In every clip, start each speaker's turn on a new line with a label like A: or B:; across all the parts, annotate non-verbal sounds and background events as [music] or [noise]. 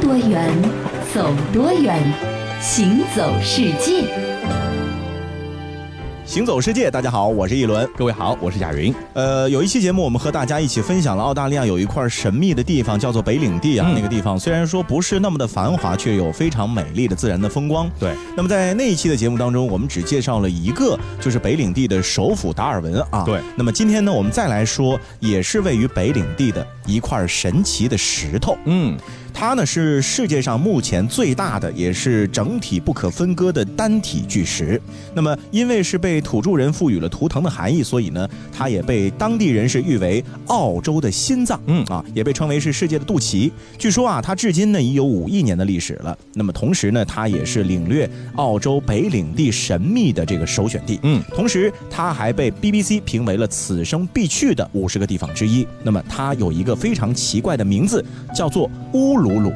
A: 多远，走多远，行走世界。
B: 行走世界，大家好，我是一轮。
C: 各位好，我是贾云。
B: 呃，有一期节目，我们和大家一起分享了澳大利亚有一块神秘的地方，叫做北领地啊。
C: 嗯
B: 那个地方虽然说不是那么的繁华，却有非常美丽的自然的风光。
C: 对，
B: 那么在那一期的节目当中，我们只介绍了一个，就是北领地的首府达尔文啊。
C: 对
B: 那么今天呢，我们再来说，也是位于北领地的一块神奇的石头。
C: 嗯，
B: 它呢是世界上目前最大的，也是整体不可分割的单体巨石。那么，因为是被土著人赋予了图腾的含义，所以呢，它也被当地人是誉为澳洲的心脏，
C: 嗯
B: 啊，也被称为是世界的肚脐。据说啊，它至今呢已有五亿年的历史了。那么同时呢，它也是领略澳洲北领地神秘的这个首选地。
C: 嗯，
B: 同时它还被 BBC 评为了此生必去的五十个地方之一。那么它有一个非常奇怪的名字，叫做乌鲁鲁。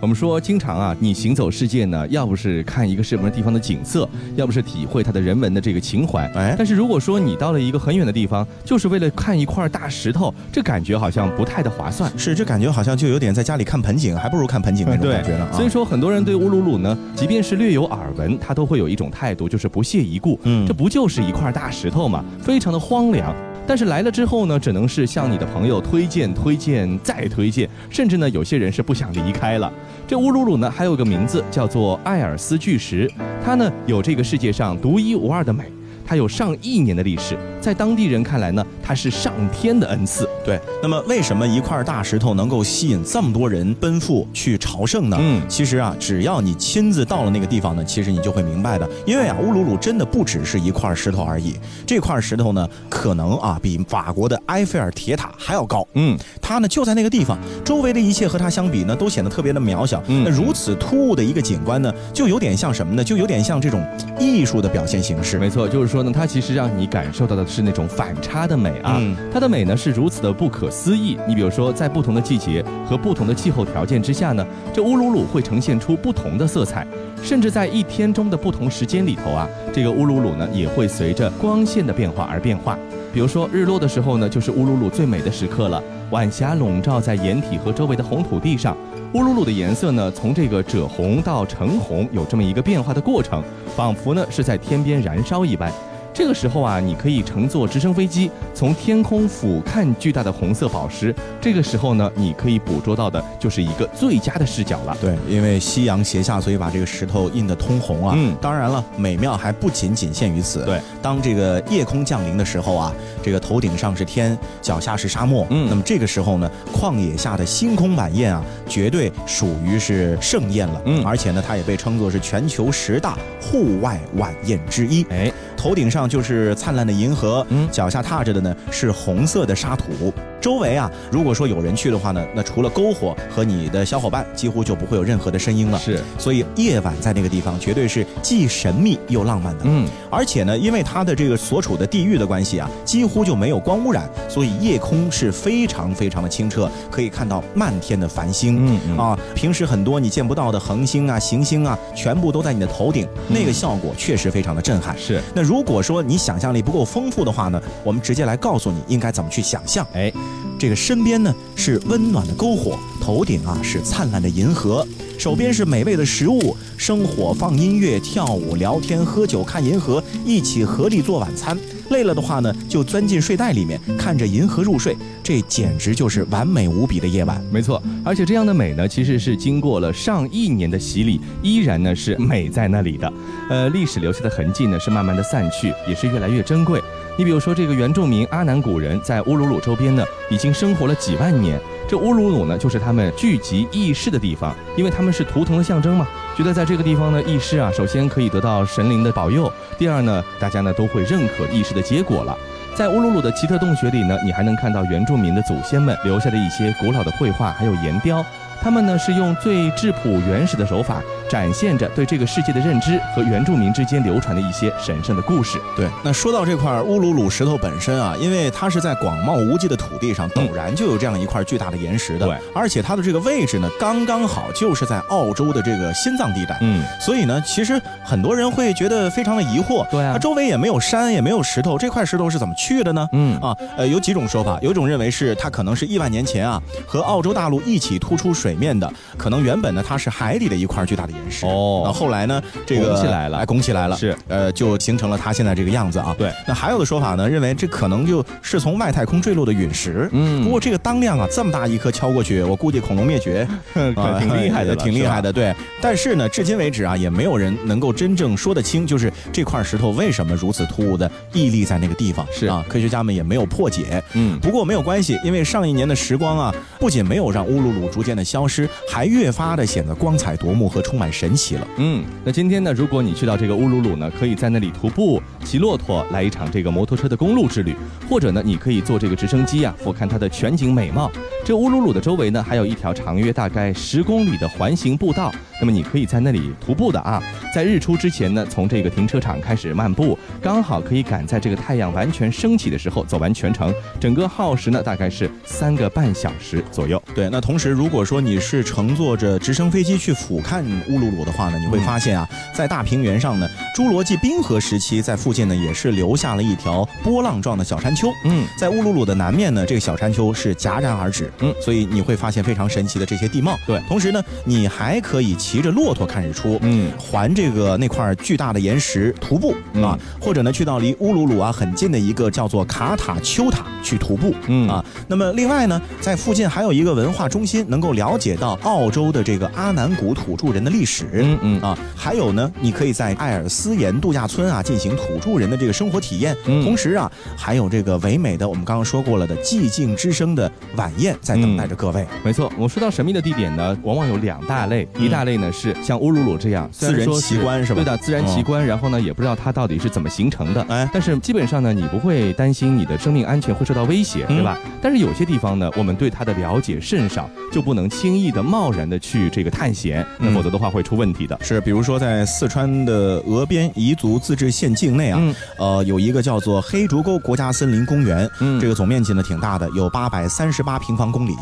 C: 我们说经常啊，你行走世界呢，要不是看一个什么地方的景色，要不是体会它的人文的这个情怀。
B: 哎，
C: 但是如果说你到了一个很远的地方，就是为了看一块大石头，这感觉好像不太的划算。
B: 是这感觉好像就有点在家里看盆景，还不如看盆景那种
C: 嗯对
B: 感觉呢啊。
C: 所以说很多人对乌鲁鲁呢，即便是略有耳闻，他都会有一种态度，就是不屑一顾。
B: 嗯
C: 这不就是一块大石头嘛，非常的荒凉。但是来了之后呢，只能是向你的朋友推荐、推荐、再推荐，甚至呢，有些人是不想离开了。这乌鲁鲁呢，还有个名字叫做艾尔斯巨石，它呢有这个世界上独一无二的美，它有上亿年的历史，在当地人看来呢，它是上天的恩赐。
B: 对，那么为什么一块大石头能够吸引这么多人奔赴去朝圣呢？
C: 嗯
B: 其实啊，只要你亲自到了那个地方呢，其实你就会明白的。因为啊，乌鲁鲁真的不只是一块石头而已，这块石头呢，可能啊比法国的埃菲尔铁塔还要高。
C: 嗯，
B: 它呢就在那个地方，周围的一切和它相比呢，都显得特别的渺小。
C: 嗯
B: 那如此突兀的一个景观呢，就有点像什么呢？就有点像这种艺术的表现形式。
C: 没错，就是说呢，它其实让你感受到的是那种反差的美啊。
B: 嗯
C: 它的美呢是如此的不可思议。你比如说，在不同的季节和不同的气候条件之下呢，这乌鲁鲁会呈现出不同的色彩，甚至在一天中的不同时间里头啊，这个乌鲁鲁呢也会随着光线的变化而变化。比如说日落的时候呢，就是乌鲁鲁最美的时刻了。晚霞笼罩在岩体和周围的红土地上，乌鲁鲁的颜色呢，从这个赭红到橙红，有这么一个变化的过程，仿佛呢是在天边燃烧一般。这个时候啊，你可以乘坐直升飞机从天空俯瞰巨大的红色宝石。这个时候呢，你可以捕捉到的就是一个最佳的视角了。
B: 对，因为夕阳斜下，所以把这个石头印得通红啊。
C: 嗯
B: 当然了，美妙还不仅仅限于此。
C: 对，
B: 当这个夜空降临的时候啊，这个头顶上是天，脚下是沙漠。
C: 嗯
B: 那么这个时候呢，旷野下的星空晚宴啊，绝对属于是盛宴了。
C: 嗯
B: 而且呢，它也被称作是全球十大户外晚宴之一。
C: 哎，
B: 头顶上就是灿烂的银河，
C: 嗯
B: 脚下踏着的呢是红色的沙土。周围啊，如果说有人去的话呢，那除了篝火和你的小伙伴，几乎就不会有任何的声音了。
C: 是，
B: 所以夜晚在那个地方绝对是既神秘又浪漫的。
C: 嗯，
B: 而且呢，因为它的这个所处的地域的关系啊，几乎就没有光污染，所以夜空是非常非常的清澈，可以看到漫天的繁星。
C: 嗯嗯
B: 啊，平时很多你见不到的恒星啊、行星啊，全部都在你的头顶，那个
C: 嗯
B: 效果确实非常的震撼。
C: 是。
B: 那如果说你想象力不够丰富的话呢，我们直接来告诉你应该怎么去想象。
C: 哎，
B: 这个身边呢是温暖的篝火，头顶啊是灿烂的银河，手边是美味的食物，生火放音乐、跳舞、聊天、喝酒、看银河，一起合力做晚餐。累了的话呢，就钻进睡袋里面，看着银河入睡，这简直就是完美无比的夜晚。
C: 没错，而且这样的美呢，其实是经过了上亿年的洗礼，依然呢是美在那里的。呃，历史留下的痕迹呢是慢慢的散去，也是越来越珍贵。你比如说，这个原住民阿南古人在乌鲁鲁周边呢，已经生活了几万年。这乌鲁鲁呢，就是他们聚集议事的地方，因为他们是图腾的象征嘛。觉得在这个地方呢，议事啊，首先可以得到神灵的保佑，第二呢，大家呢都会认可议事的结果了。在乌鲁鲁的奇特洞穴里呢，你还能看到原住民的祖先们留下的一些古老的绘画，还有岩雕。他们呢是用最质朴原始的手法展现着对这个世界的认知和原住民之间流传的一些神圣的故事。
B: 对，那说到这块乌鲁鲁石头本身啊，因为它是在广袤无际的土地上，陡然就有这样一块巨大的岩石的，
C: 嗯对
B: 而且它的这个位置呢，刚刚好就是在澳洲的这个心脏地带。
C: 嗯，
B: 所以呢，其实很多人会觉得非常的疑惑，
C: 对啊
B: 它周围也没有山，也没有石头，这块石头是怎么去的呢？
C: 嗯
B: 啊，呃，有几种说法，有一种认为是它可能是亿万年前啊和澳洲大陆一起突出水面的，可能原本呢它是海底的一块巨大的岩石，
C: 哦
B: 那后来呢这个
C: 拱起来了
B: 哎拱起来了，
C: 是
B: 呃就形成了它现在这个样子啊。
C: 对，
B: 那还有的说法呢，认为这可能就是从外太空坠落的陨石。
C: 嗯
B: 不过这个当量啊，这么大一颗敲过去，我估计恐 [laughs] 龙灭绝，
C: 可嗯啊哎挺厉害的了，
B: 啊呃挺厉害
C: 是吧。
B: 的。对，但是呢，至今为止啊，也没有人能够真正说得清，就是这块石头为什么如此突兀的屹立在那个地方。
C: 是
B: 啊，科学家们也没有破解。
C: 嗯，
B: 不过没有关系，因为上一年的时光啊，不仅没有让乌鲁鲁逐渐的消失，还越发的显得光彩夺目和充满神奇了。
C: 嗯，那今天呢，如果你去到这个乌鲁鲁呢，可以在那里徒步、骑骆驼，来一场这个摩托车的公路之旅，或者呢，你可以坐这个直升机啊，俯瞰它的全景美貌。这乌鲁鲁的周围呢，还有一条长约大概十公里的环形步道，那么你可以在那里徒步的啊，在日出之前呢，从这个停车场开始漫步，刚好可以赶在这个太阳完全升起的时候走完全程，整个耗时呢大概是三个半小时左右。
B: 对，那同时，如果说你是乘坐着直升飞机去俯瞰乌鲁鲁的话呢，
C: 嗯
B: 你会发现啊，在大平原上呢，侏罗纪冰河时期在附近呢也是留下了一条波浪状的小山丘。
C: 嗯，
B: 在乌鲁鲁的南面呢，这个小山丘是戛然而止，
C: 嗯
B: 所以你会发现非常神奇的这些地貌。
C: 对
B: 同时呢，你还可以骑着骆驼看日出，
C: 嗯
B: 环这个那块巨大的岩石徒步、
C: 嗯
B: 啊，或者呢去到离乌鲁鲁啊很近的一个叫做卡塔丘塔去徒步。
C: 嗯
B: 啊，那么另外呢，在附近还有一个文化中心，能够了解到澳洲的这个阿南古土著人的历史。
C: 嗯嗯
B: 啊，还有呢，你可以在艾尔斯岩度假村啊进行土著人的这个生活体验，
C: 嗯
B: 同时啊，还有这个唯美的我们刚刚说过了的寂静之声的晚宴在等待着各位。
C: 没错，我说到神秘的地点呢，往往有两大类，一大类呢是像乌鲁鲁这样虽然
B: 嗯自然
C: 说
B: 奇观是吧哦
C: 对的，自然奇观，然后呢也不知道它到底是怎么形成的。
B: 哎
C: 但是基本上呢，你不会担心你的生命安全会受到威胁，
B: 嗯
C: 对吧？但是有些地方呢，我们对它的了解甚少，就不能轻易的贸然的去这个探险，那
B: 嗯
C: 否则的话会出问题的。
B: 是，比如说在四川的峨边彝族自治县境内啊，
C: 嗯
B: 呃，有一个叫做黑竹沟国家森林公园，
C: 嗯
B: 这个总面积呢挺大的，有八百三十八平方公里，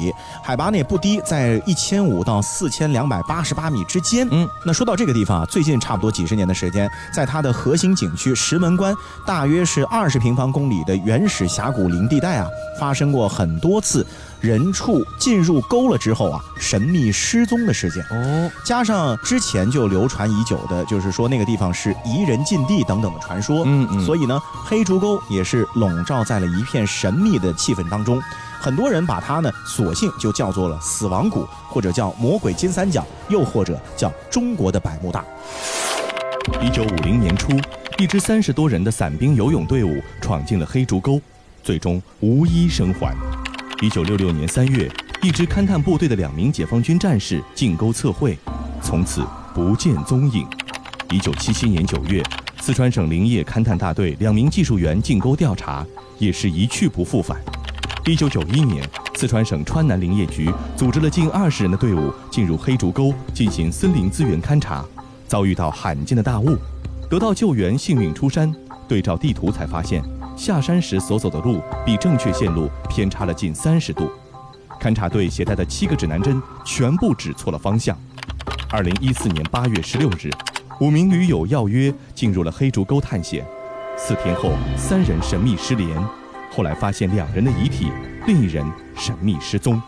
B: 海拔呢也不低，在一千五到四千两百八十八米之间。
C: 嗯，
B: 那说到这个地方啊，最近差不多几十年的时间，在它的核心景区石门关，大约是二十平方公里的原始峡谷林地带啊，发生过很多次人畜进入沟了之后啊，神秘失踪的事件。
C: 哦，
B: 加上之前就流传已久的，就是说那个地方是彝人禁地等等的传说，
C: 嗯嗯
B: 所以呢，黑竹沟也是笼罩在了一片神秘的气氛当中。很多人把它呢，索性就叫做了死亡谷，或者叫魔鬼金三角，又或者叫中国的百慕大。
C: 一九五零年初，一支三十多人的伞兵游泳队伍闯进了黑竹沟，最终无一生还。一九六六年三月，一支勘探部队的两名解放军战士进沟测绘，从此不见踪影。一九七七年九月，四川省林业勘探大队两名技术员进沟调查，也是一去不复返。一九九一年，四川省川南林业局组织了近二十人的队伍进入黑竹沟进行森林资源勘察，遭遇到罕见的大雾，得到救援幸运出山。对照地图才发现，下山时所走的路比正确线路偏差了近三十度。勘察队携带的七个指南针全部指错了方向。二零一四年八月十六日，五名驴友要约进入了黑竹沟探险。四天后，三人神秘失联，后来发现两人的遗体，另一人神秘失踪。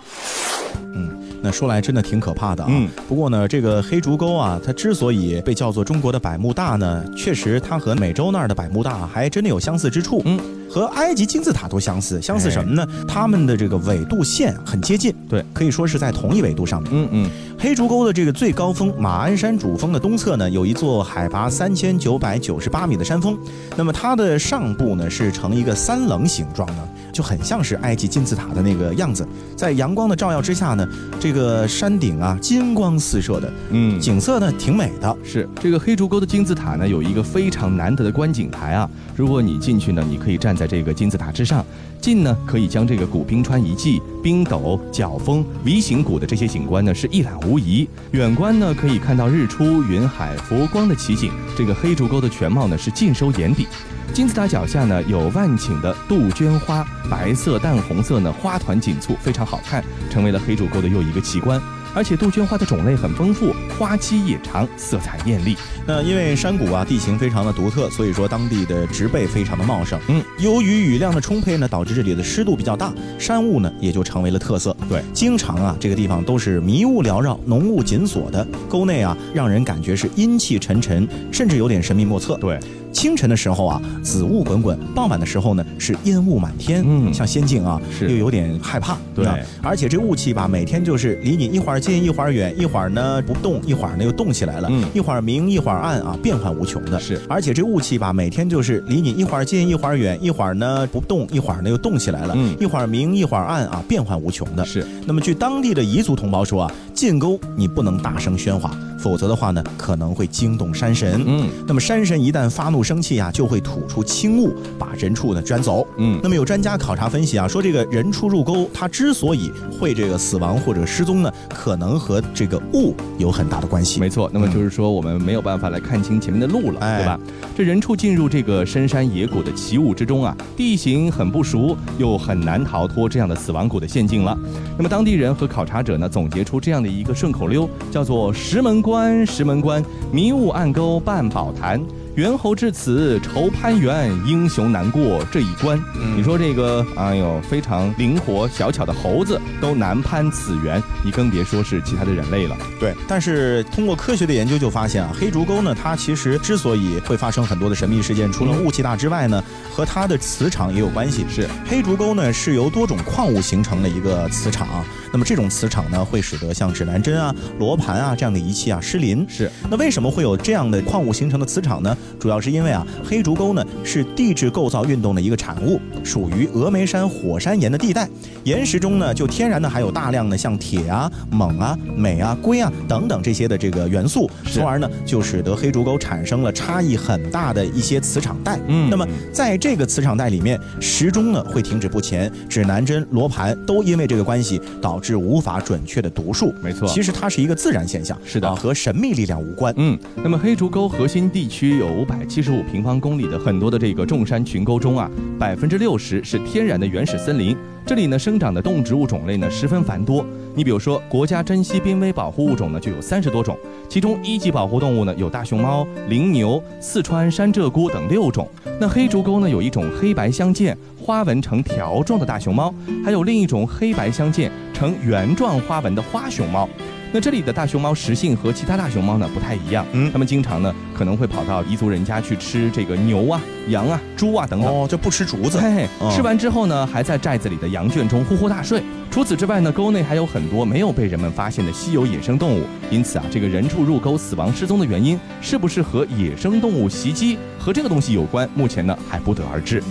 B: 那说来真的挺可怕的啊。
C: 嗯
B: 不过呢，这个黑竹沟啊，它之所以被叫做中国的百慕大呢，确实它和美洲那儿的百慕大还真的有相似之处。
C: 嗯，哎
B: 和埃及金字塔都相似，相似什么呢？它们的这个纬度线很接近，
C: 对，
B: 可以说是在同一纬度上面。
C: 嗯嗯，
B: 黑竹沟的这个最高峰马鞍山主峰的东侧呢，有一座海拔三千九百九十八米的山峰。那么它的上部呢是呈一个三棱形状的，就很像是埃及金字塔的那个样子。在阳光的照耀之下呢，这个山顶啊金光四射的，
C: 嗯
B: 景色呢挺美的。
C: 是这个黑竹沟的金字塔呢，有一个非常难得的观景台啊。如果你进去呢，你可以站站在这个金字塔之上，进呢可以将这个古冰川遗迹、冰斗、角峰、V 型谷的这些景观呢是一览无遗。远观呢可以看到日出、云海、佛光的奇景，这个黑竹沟的全貌呢是尽收眼底。金字塔脚下呢有万顷的杜鹃花，白色、淡红色呢花团锦簇，非常好看，成为了黑竹沟的又一个奇观。而且杜鹃花的种类很丰富，花期也长，色彩艳丽。
B: 那因为山谷啊地形非常的独特，所以说当地的植被非常的茂盛。
C: 嗯，
B: 由于雨量的充沛呢，导致这里的湿度比较大，山雾呢也就成为了特色。
C: 对，
B: 经常啊这个地方都是迷雾缭绕、浓雾紧锁的，沟内啊让人感觉是阴气沉沉，甚至有点神秘莫测。
C: 对，
B: 清晨的时候啊紫雾滚滚，傍晚的时候呢是烟雾满天，
C: 嗯
B: 像仙境啊
C: 是
B: 又有点害怕。
C: 对
B: 啊而且这雾气吧每天就是离你一会儿近一会儿远，一会儿呢不动，一会儿呢又动起来了。
C: 嗯
B: 一会儿明一会儿暗啊，变幻无穷的。
C: 是
B: 而且这雾气吧，每天就是离你一会儿近一会儿远，一会儿呢不动，一会儿呢又动起来了，
C: 嗯
B: 一会儿明一会儿暗啊，变幻无穷的。
C: 是
B: 那么据当地的彝族同胞说啊，进沟你不能大声喧哗，否则的话呢，可能会惊动山神。
C: 嗯
B: 那么山神一旦发怒生气啊，就会吐出青雾，把人畜呢卷走。
C: 嗯
B: 那么有专家考察分析啊，说这个人畜入沟，它之所以会这个死亡或者失踪呢，可能和这个雾有很大的关系。
C: 没错，那么就是说我们没有办法来看清前面的路了，
B: 哎
C: 对吧？这人畜进入这个深山野谷的奇雾之中啊，地形很不熟，又很难逃脱这样的死亡谷的陷阱了。那么当地人和考察者呢，总结出这样的一个顺口溜，叫做“石门关，石门关，迷雾暗沟半宝坛”。猿猴至此愁攀援，英雄难过这一关。你说这个，哎呦，非常灵活小巧的猴子都难攀此猿，你更别说是其他的人类了。
B: 对，但是通过科学的研究就发现啊，黑竹沟呢，它其实之所以会发生很多的神秘事件，除了
C: 嗯
B: 雾气大之外呢，和它的磁场也有关系。
C: 是，
B: 黑竹沟呢是由多种矿物形成的一个磁场，啊那么这种磁场呢会使得像指南针啊、罗盘啊这样的仪器啊失灵。
C: 是
B: 那为什么会有这样的矿物形成的磁场呢？主要是因为啊，黑竹沟呢是地质构造运动的一个产物，属于峨眉山火山岩的地带。岩石中呢，就天然的含有大量的像铁啊、锰啊、镁啊、硅啊等等这些的这个元素，
C: 是
B: 从而呢就使得黑竹沟产生了差异很大的一些磁场带。
C: 嗯
B: 那么在这个磁场带里面，时钟呢会停止不前，指南针、罗盘都因为这个关系导致无法准确的读数。
C: 没错
B: 其实它是一个自然现象，
C: 是的
B: 啊和神秘力量无关。
C: 嗯，那么黑竹沟核心地区有五百七十五平方公里的很多的这个众山群沟中啊，百分之六十是天然的原始森林。这里呢生长的动植物种类呢十分繁多，你比如说国家珍稀濒危保护物种呢就有三十多种，其中一级保护动物呢有大熊猫、羚牛、四川山鹧鸪等六种。那黑竹沟呢有一种黑白相间、花纹呈条状的大熊猫，还有另一种黑白相间、呈圆状花纹的花熊猫。那这里的大熊猫食性和其他大熊猫呢不太一样，
B: 嗯
C: 它们经常呢可能会跑到彝族人家去吃这个牛啊、羊啊、猪啊等等。
B: 哦，就不吃竹子。
C: 嘿
B: 嗯，
C: 吃完之后呢，还在寨子里的羊圈中呼呼大睡。除此之外呢，沟内还有很多没有被人们发现的稀有野生动物。因此啊，这个人畜入沟死亡失踪的原因，是不是和野生动物袭击和这个东西有关？目前呢，还不得而知。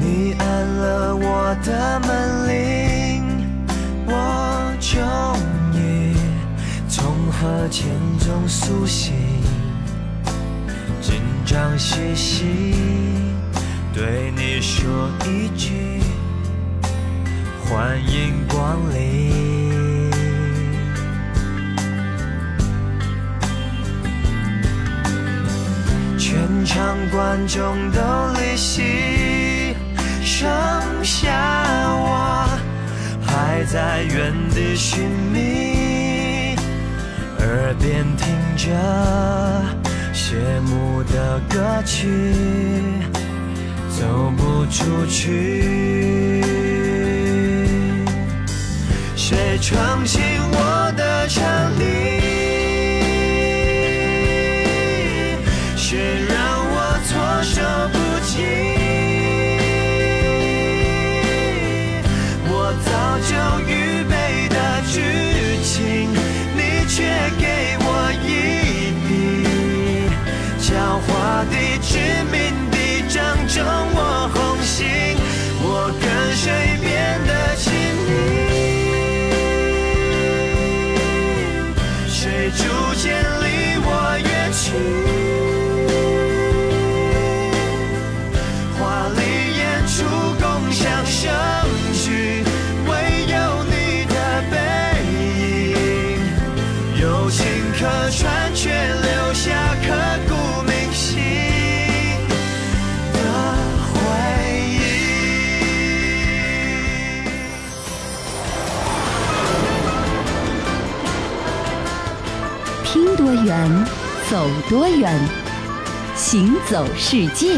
D: 你按了我的门铃，我终于从和笺中苏醒，紧张兮兮对你说一句，欢迎光临。全场观众都离席，剩下我还在原地寻觅，耳边听着谢幕的歌曲，走不出去。谁闯进我的场地？谁让我措手不及？我早就预备的剧情，你却给我一笔狡猾的、致命的，掌中我红心，我跟谁变得亲密？
A: 多远，走多远，行走世界。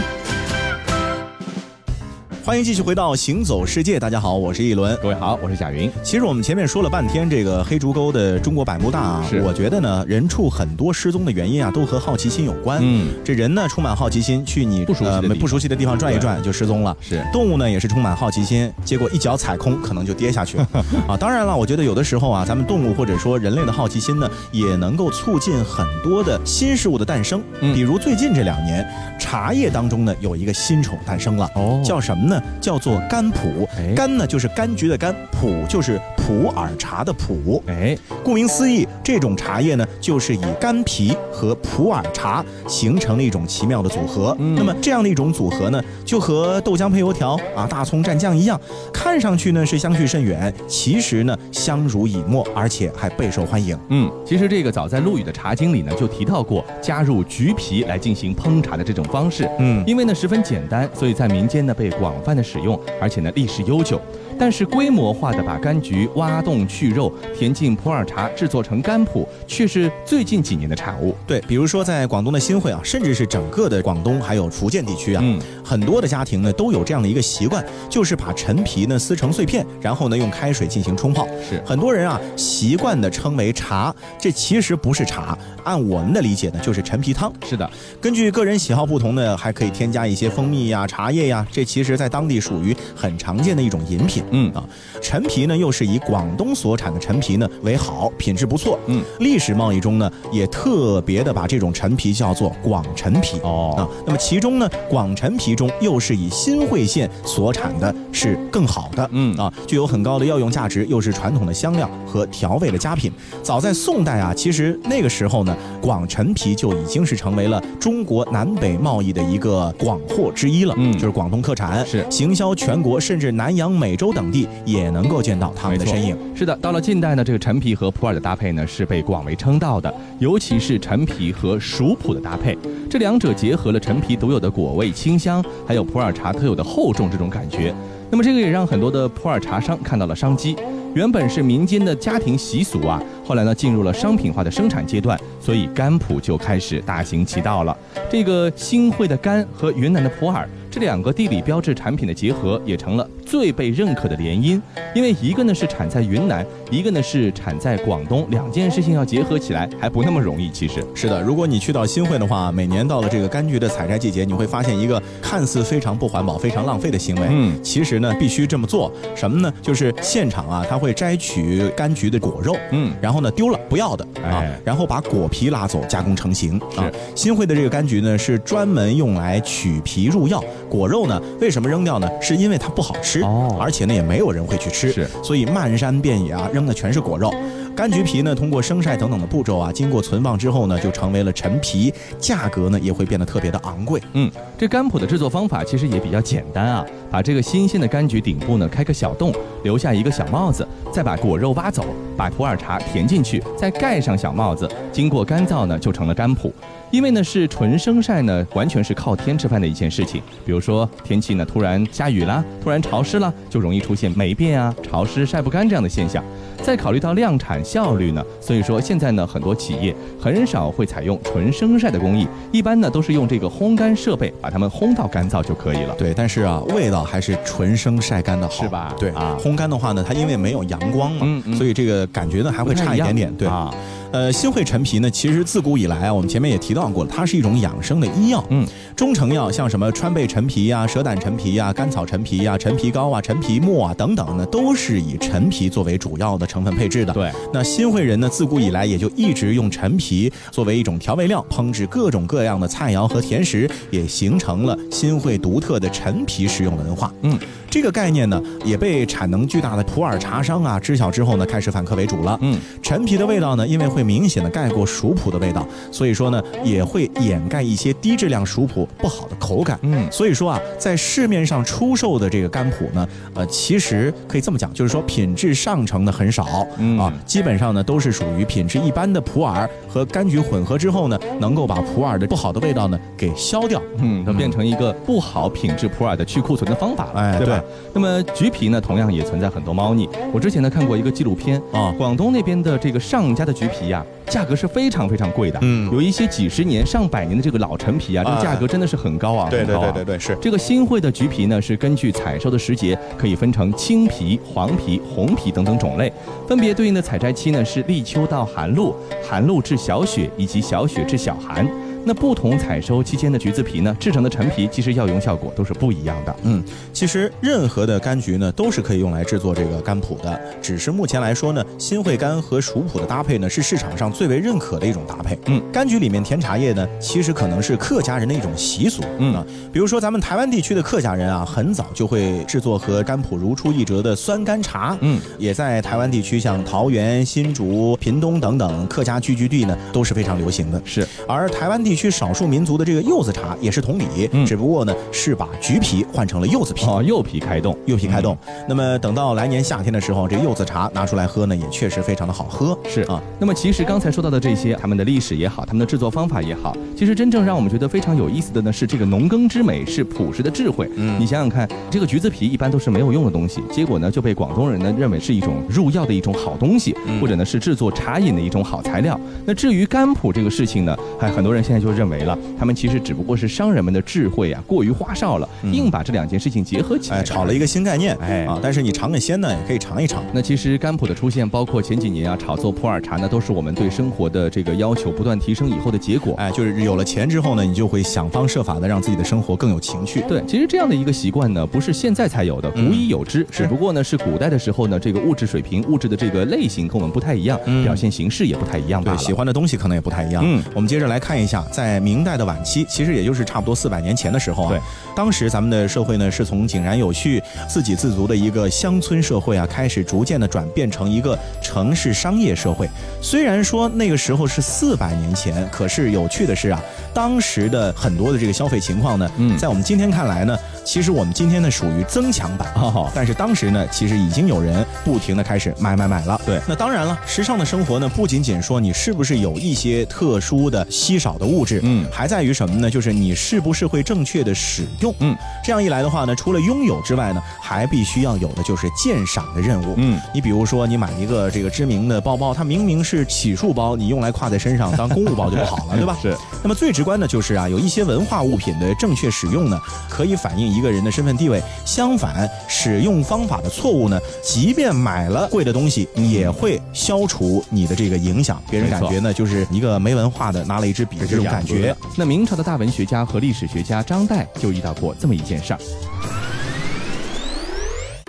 B: 欢迎继续回到《行走世界》，大家好，我是一轮。
C: 各位好，我是贾云。
B: 其实我们前面说了半天这个黑竹沟的中国百慕大啊
C: 是，
B: 我觉得呢，人畜很多失踪的原因啊，都和好奇心有关。
C: 嗯
B: 这人呢充满好奇心，去你呃
C: 不熟悉的地方
B: 不熟悉的地方转一转就失踪了。
C: 是
B: 动物呢也是充满好奇心，结果一脚踩空，可能就跌下去
C: [laughs]
B: 了啊。当然了，我觉得有的时候啊，咱们动物或者说人类的好奇心呢，也能够促进很多的新事物的诞生。
C: 嗯
B: 比如最近这两年，茶叶当中呢有一个新宠诞生了，
C: 哦
B: 叫什么呢？叫做甘普
C: 哎。
B: 甘呢就是柑橘的柑，普就是普洱茶的普。
C: 哎，
B: 顾名思义，这种茶叶呢，就是以干皮和普洱茶形成了一种奇妙的组合。
C: 嗯
B: 那么这样的一种组合呢，就和豆浆配油条啊、大葱蘸酱一样，看上去呢是相去甚远，其实呢相濡以沫，而且还备受欢迎。
C: 嗯，其实这个早在陆羽的《茶经》里呢，就提到过加入橘皮来进行烹茶的这种方式。
B: 嗯，
C: 因为呢十分简单，所以在民间呢被广泛的使用，而且呢历史悠久。但是规模化的把柑橘挖洞去肉，填进普洱茶，制作成甘普，却是最近几年的产物。
B: 对，比如说在广东的新会啊，甚至是整个的广东还有福建地区啊，
C: 嗯
B: 很多的家庭呢都有这样的一个习惯，就是把陈皮呢撕成碎片，然后呢用开水进行冲泡。
C: 是
B: 很多人啊习惯的称为茶，这其实不是茶，按我们的理解呢就是陈皮汤。
C: 是的，
B: 根据个人喜好不同呢，还可以添加一些蜂蜜呀、茶叶呀，这其实在当地属于很常见的一种饮品。
C: 嗯
B: 啊，陈皮呢又是以广东所产的陈皮呢为好，品质不错。
C: 嗯，
B: 历史贸易中呢也特别的把这种陈皮叫做广陈皮。
C: 哦
B: 啊，那么其中呢广陈皮中又是以新会县所产的是更好的。
C: 嗯
B: 啊，具有很高的药用价值，又是传统的香料和调味的佳品。早在宋代啊，其实那个时候呢，广陈皮就已经是成为了中国南北贸易的一个广货之一了，
C: 嗯
B: 就是广东特产，
C: 是
B: 行销全国，甚至南洋、美洲等地也能够见到它们的
C: 没错
B: 身影。
C: 是的，到了近代呢，这个陈皮和普洱的搭配呢是被广为称道的，尤其是陈皮和熟普的搭配，这两者结合了陈皮独有的果味清香，还有普洱茶特有的厚重这种感觉。那么这个也让很多的普洱茶商看到了商机。原本是民间的家庭习俗啊，后来呢进入了商品化的生产阶段，所以甘普就开始大行其道了。这个新会的甘和云南的普洱这两个地理标志产品的结合，也成了最被认可的联姻。因为一个呢是产在云南，一个呢是产在广东，两件事情要结合起来还不那么容易。其实，
B: 是的，如果你去到新会的话，每年到了这个柑橘的采摘季节，你会发现一个看似非常不环保、非常浪费的行为。
C: 嗯
B: 其实呢，必须这么做。什么呢？就是现场啊，他会摘取柑橘的果肉，
C: 嗯
B: 然后呢丢了不要的啊，
C: 哎
B: 然后把果皮拉走加工成型啊
C: 是。
B: 新会的这个柑橘呢，是专门用来取皮入药，果肉呢为什么扔掉呢？是因为它不好吃，
C: 哦
B: 而且呢也没有人会去吃，
C: 是
B: 所以漫山遍野啊扔的全是果肉。柑橘皮呢，通过生晒等等的步骤啊，经过存放之后呢，就成为了陈皮，价格呢也会变得特别的昂贵。
C: 嗯，这甘普的制作方法其实也比较简单啊，把这个新鲜的柑橘顶部呢开个小洞，留下一个小帽子，再把果肉挖走，把普洱茶填进去，再盖上小帽子，经过干燥呢就成了甘普。因为呢是纯生晒呢，完全是靠天吃饭的一件事情。比如说天气呢突然下雨啦，突然潮湿啦，就容易出现霉变啊、潮湿晒不干这样的现象。再考虑到量产效率呢，所以说现在呢，很多企业很少会采用纯生晒的工艺，一般呢都是用这个烘干设备把它们烘到干燥就可以了。
B: 对，但是啊，味道还是纯生晒干的好，
C: 是吧
B: 对
C: 啊
B: 烘干的话呢，它因为没有阳光嘛，
C: 嗯嗯
B: 所以这个感觉呢还会
C: 不太
B: 差一
C: 样
B: 点点。对，
C: 啊，
B: 呃，新会陈皮呢，其实自古以来啊，我们前面也提到过了，它是一种养生的医药。
C: 嗯，
B: 中成药像什么川贝陈皮呀、蛇胆陈皮呀、甘草陈皮呀、陈皮膏啊、陈皮末啊等等呢，都是以陈皮作为主要的成分配置的。
C: 对，
B: 那新会人呢，自古以来也就一直用陈皮作为一种调味料，烹制各种各样的菜肴和甜食，也形成了新会独特的陈皮食用文化。
C: 嗯，
B: 这个概念呢，也被产能巨大的普洱茶商啊知晓之后呢，开始反客为主了。
C: 嗯，
B: 陈皮的味道呢，因为会明显的盖过熟普的味道，所以说呢，也会掩盖一些低质量熟普不好的口感。
C: 嗯
B: 所以说啊，在市面上出售的这个甘普呢，呃，其实可以这么讲，就是说品质上乘的很少，
C: 嗯
B: 啊，基本上呢都是属于品质一般的普洱和柑橘混合之后呢，能够把普洱的不好的味道呢给消掉。
C: 嗯，它变成一个不好品质普洱的去库存的方法了，
B: 哎
C: 对吧？那么橘皮呢，同样也存在很多猫腻。我之前呢看过一个纪录片，
B: 啊
C: 广东那边的这个上家的橘皮呀、价格是非常非常贵的，
B: 嗯
C: 有一些几十年、上百年的这个老陈皮啊，这个
B: 啊
C: 价格真的是很高啊，
B: 对
C: 很
B: 对
C: 高啊
B: 对对对，是
C: 这个新会的橘皮呢，是根据采收的时节，可以分成青皮、黄皮、红皮等等种类，分别对应的采摘期呢是立秋到寒露、寒露至小雪以及小雪至小寒。那不同采收期间的橘子皮呢，制成的陈皮其实药用效果都是不一样的。嗯
B: 其实任何的柑橘呢，都是可以用来制作这个甘普的，只是目前来说呢，新会柑和熟普的搭配呢，是市场上最为认可的一种搭配。
C: 嗯，
B: 柑橘里面甜茶叶呢，其实可能是客家人的一种习俗。
C: 嗯
B: 啊，比如说咱们台湾地区的客家人啊，很早就会制作和甘普如出一辙的酸甘茶。
C: 嗯，
B: 也在台湾地区，像桃园、新竹、屏东等等客家聚居地呢，都是非常流行的。
C: 是，
B: 而台湾地区少数民族的这个柚子茶也是同理，
C: 嗯
B: 只不过呢是把橘皮换成了柚子皮。
C: 哦，嗯柚皮开动，
B: 柚皮开动。那么等到来年夏天的时候，这柚子茶拿出来喝呢，也确实非常的好喝。
C: 是
B: 啊，
C: 那么其实刚才说到的这些，他们的历史也好，他们的制作方法也好，其实真正让我们觉得非常有意思的呢，是这个农耕之美，是朴实的智慧。
B: 嗯
C: 你想想看，这个橘子皮一般都是没有用的东西，结果呢就被广东人呢认为是一种入药的一种好东西，
B: 嗯
C: 或者呢是制作茶饮的一种好材料。那至于甘普这个事情呢，还很多人现在就认为了，他们其实只不过是商人们的智慧啊过于花哨了，硬把这两件事情结合起
B: 嗯
C: 来，
B: 哎，炒了一个新概念，
C: 哎
B: 啊，但是你尝个鲜呢，也可以尝一尝。
C: 那其实甘普的出现，包括前几年啊炒作普洱茶呢，都是我们对生活的这个要求不断提升以后的结果。
B: 哎，就是有了钱之后呢，你就会想方设法的让自己的生活更有情趣。
C: 对，其实这样的一个习惯呢，不是现在才有的，古
B: 嗯
C: 已有之。只
B: 是
C: 不过呢，是古代的时候呢，这个物质水平、物质的这个类型跟我们不太一样，
B: 嗯
C: 表现形式也不太一样罢
B: 对，
C: 了。
B: 喜欢的东西可能也不太一样。
C: 嗯，
B: 我们接着来看一下，在明代的晚期，其实也就是差不多四百年前的时候啊，
C: 对，
B: 当时咱们的社会呢，是从井然有序、自给自足的一个乡村社会啊，开始逐渐的转变成一个城市商业社会。虽然说那个时候是四百年前，可是有趣的是啊，当时的很多的这个消费情况呢，
C: 嗯
B: 在我们今天看来呢，其实我们今天呢属于增强版。
C: 哦，
B: 但是当时呢，其实已经有人不停的开始买买买了。
C: 对
B: 那当然了，时尚的生活呢，不仅仅说你是不是有一些特殊的稀少的物质，
C: 嗯
B: 还在于什么呢？就是你是不是会正确的使用。
C: 嗯，
B: 这样一来的话呢，除了拥有之外呢，还必须要有的就是鉴赏的任务。
C: 嗯，
B: 你比如说，你买一个这个知名的包包，它明明是洗漱包，你用来挎在身上当公务包就不
C: [laughs]
B: 好了，对吧？
C: 是。
B: 那么最直观的就是啊，有一些文化物品的正确使用呢，可以反映一个人的身份地位；相反，使用方法的错误呢，即便买了贵的东西，也会消除你的这个影响。别人
C: 没
B: 感
C: 错
B: 觉呢，就是一个没文化的拿了一支笔这种感觉。。
C: 那明朝的大文学家和历史学家张岱就遇到过这么一件事儿。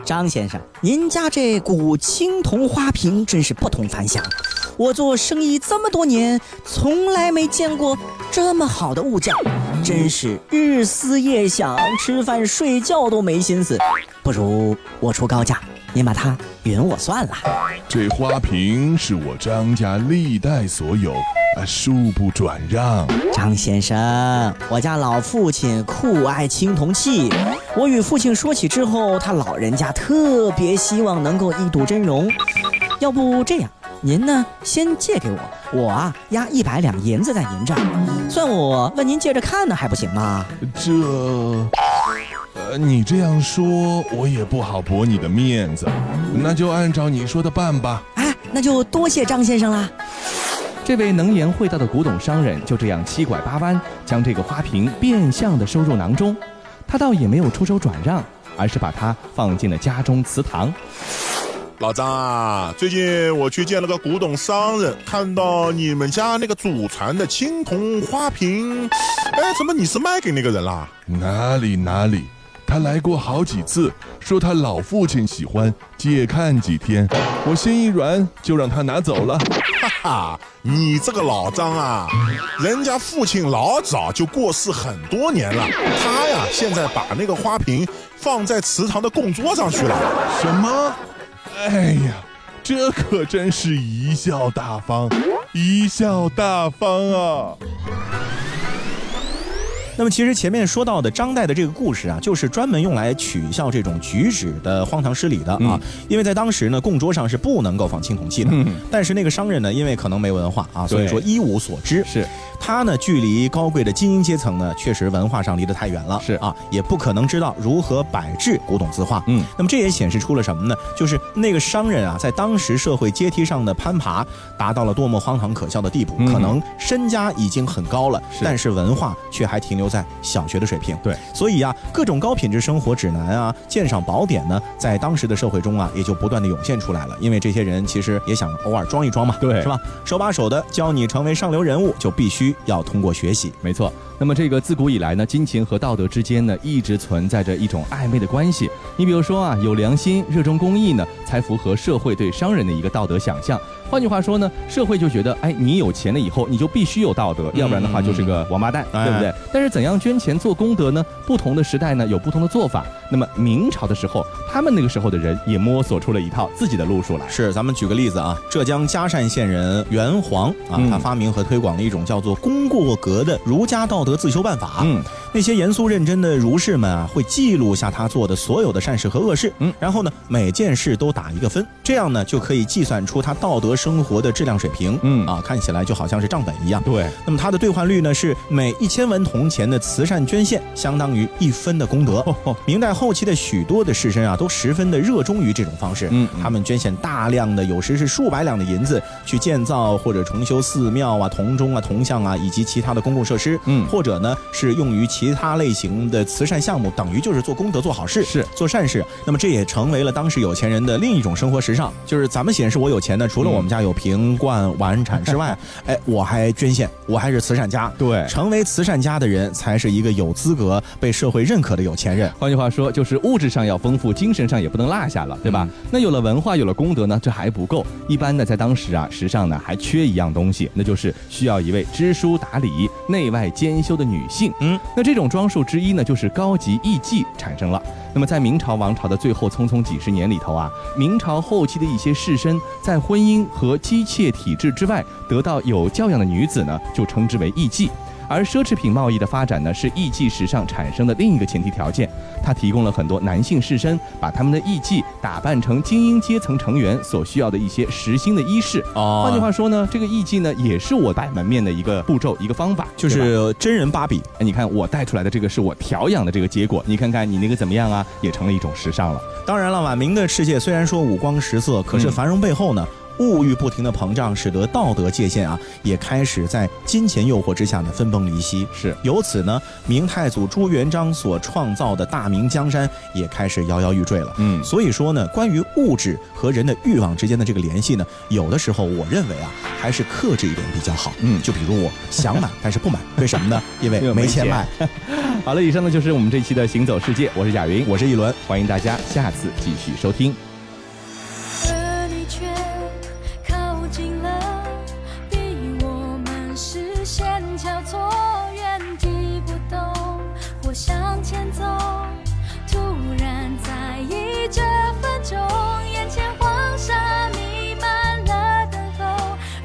E: 张先生，您家这古青铜花瓶真是不同凡响。啊我做生意这么多年，从来没见过这么好的物件，真是日思夜想，吃饭睡觉都没心思。不如我出高价，您把它匀我算了。
F: 这花瓶是我张家历代所有，啊，恕不转让。
E: 张先生，我家老父亲酷爱青铜器，我与父亲说起之后，他老人家特别希望能够一睹真容。要不这样，您呢先借给我，我啊押一百两银子在您这儿，算我问您借着看呢，还不行吗？
F: 这，呃，你这样说，我也不好驳你的面子，那就按照你说的办吧。
E: 哎，那就多谢张先生啦。
C: 这位能言会道的古董商人就这样七拐八弯，将这个花瓶变相的收入囊中。他倒也没有出手转让，而是把它放进了家中祠堂。
G: 老张啊，最近我去见了个古董商人，看到你们家那个祖传的青铜花瓶，哎，怎么你是卖给那个人啦？
F: 哪里哪里，他来过好几次，说他老父亲喜欢，借看几天。我心一软，就让他拿走了。
G: 哈，你这个老张啊，人家父亲老早就过世很多年了，他呀现在把那个花瓶放在祠堂的供桌上去了。
F: 什么？哎呀，这可真是贻笑大方，贻笑大方啊！
B: 那么其实前面说到的张岱的这个故事啊，就是专门用来取笑这种举止的荒唐失礼的啊
C: 嗯，
B: 因为在当时呢，供桌上是不能够放青铜器的。
C: 嗯
B: 但是那个商人呢，因为可能没文化啊，所以
C: 对
B: 说一无所知。
C: 是
B: 他呢，距离高贵的精英阶层呢，确实文化上离得太远了，
C: 是
B: 啊，也不可能知道如何摆制古董字画。
C: 嗯，
B: 那么这也显示出了什么呢？就是那个商人啊，在当时社会阶梯上的攀爬达到了多么荒唐可笑的地步。
C: 嗯
B: 可能身家已经很高了，
C: 是
B: 但是文化却还停留在小学的水平。
C: 对，
B: 所以啊，各种高品质生活指南啊、鉴赏宝典呢，在当时的社会中啊，也就不断的涌现出来了。因为这些人其实也想偶尔装一装嘛，
C: 对
B: 是吧？手把手的教你成为上流人物，就必须要通过学习。
C: 没错。那么这个自古以来呢，金钱和道德之间呢，一直存在着一种暧昧的关系。你比如说啊，有良心、热衷公益呢，才符合社会对商人的一个道德想象。换句话说呢，社会就觉得，哎，你有钱了以后，你就必须有道德，要不然的话就是个王八蛋，
B: 哎
C: 对不对？但是怎样捐钱做功德呢？不同的时代呢，有不同的做法。那么明朝的时候，他们那个时候的人也摸索出了一套自己的路数来。
B: 是，咱们举个例子啊，浙江嘉善县人袁黄啊，
C: 嗯
B: 他发明和推广了一种叫做“功过格”的儒家道德自修办法。
C: 嗯，
B: 那些严肃认真的儒士们啊，会记录下他做的所有的善事和恶事，
C: 嗯
B: 然后呢，每件事都打一个分，这样呢就可以计算出他道德生活的质量水平，
C: 嗯
B: 啊，看起来就好像是账本一样。
C: 对，
B: 那么它的兑换率呢是每一千文铜钱的慈善捐献相当于一分的功德。
C: 哦
B: 明代后期的许多的士绅啊，都十分的热衷于这种方式。
C: 嗯嗯
B: 他们捐献大量的，有时是数百两的银子，去建造或者重修寺庙啊、铜钟啊、铜像啊，以及其他的公共设施。
C: 嗯
B: 或者呢是用于其他类型的慈善项目，等于就是做功德、做好事、
C: 是
B: 做善事。那么这也成为了当时有钱人的另一种生活时尚，就是咱们显示我有钱呢，除了
C: 嗯
B: 我们家有瓶罐碗铲之
C: [laughs]
B: 外，哎，我还捐献，我还是慈善家。
C: 对
B: 成为慈善家的人才是一个有资格被社会认可的有钱人。
C: 换句话说，就是物质上要丰富，精神上也不能落下了，对吧？那有了文化，有了功德呢，这还不够。一般呢，在当时啊，时尚呢还缺一样东西，那就是需要一位知书达理、内外兼修的女性。
B: 嗯，
C: 那这种装束之一呢，就是高级艺妓产生了。那么在明朝王朝的最后匆匆几十年里头啊，明朝后期的一些士绅在婚姻和姬妾体制之外，得到有教养的女子呢，就称之为艺妓。而奢侈品贸易的发展呢，是艺妓时尚产生的另一个前提条件。它提供了很多男性士绅把他们的艺妓打扮成精英阶层成员所需要的一些实心的衣饰。
B: 哦
C: 换句话说呢，这个艺妓呢，也是我摆门面的一个步骤，一个方法，
B: 就
C: 对吧
B: 是真人芭比，
C: 哎，你看我带出来的这个是我调养的这个结果，你看看你那个怎么样啊？也成了一种时尚了。
B: 当然了，晚明的世界虽然说五光十色，可是
C: 嗯
B: 繁荣背后呢，物欲不停的膨胀，使得道德界限啊也开始在金钱诱惑之下呢分崩离析。
C: 是
B: 由此呢，明太祖朱元璋所创造的大明江山也开始摇摇欲坠了。
C: 嗯
B: 所以说呢，关于物质和人的欲望之间的这个联系呢，有的时候我认为啊，还是克制一点比较好。
C: 嗯
B: 就比如我想买，但是不买，为什么呢？因为
C: [laughs] 因为没
B: 没钱
C: 钱
B: 买。
C: 好了，以上呢就是我们这期的《行走世界》，我是贾云，我是一轮，欢迎大家下次继续收听。
H: 而你却靠近了，逼我们视线交错，原地不动或向前走。突然在意这分钟，眼前黄沙弥漫了等候，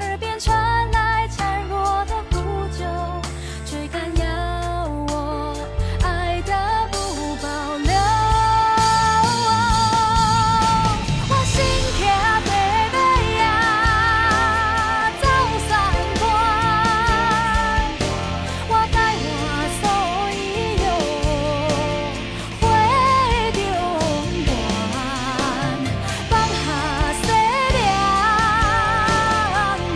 H: 耳边传来孱弱的呼救，追赶要我爱的不保留。我心痛的要呀，走三关，我改换所有回中原，放下西凉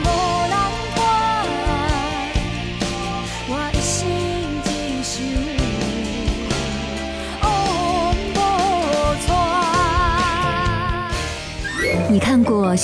H: 无人管，我一心一想。往无传。
A: 你看过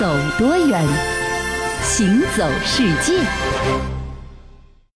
A: 走多远，行走世界。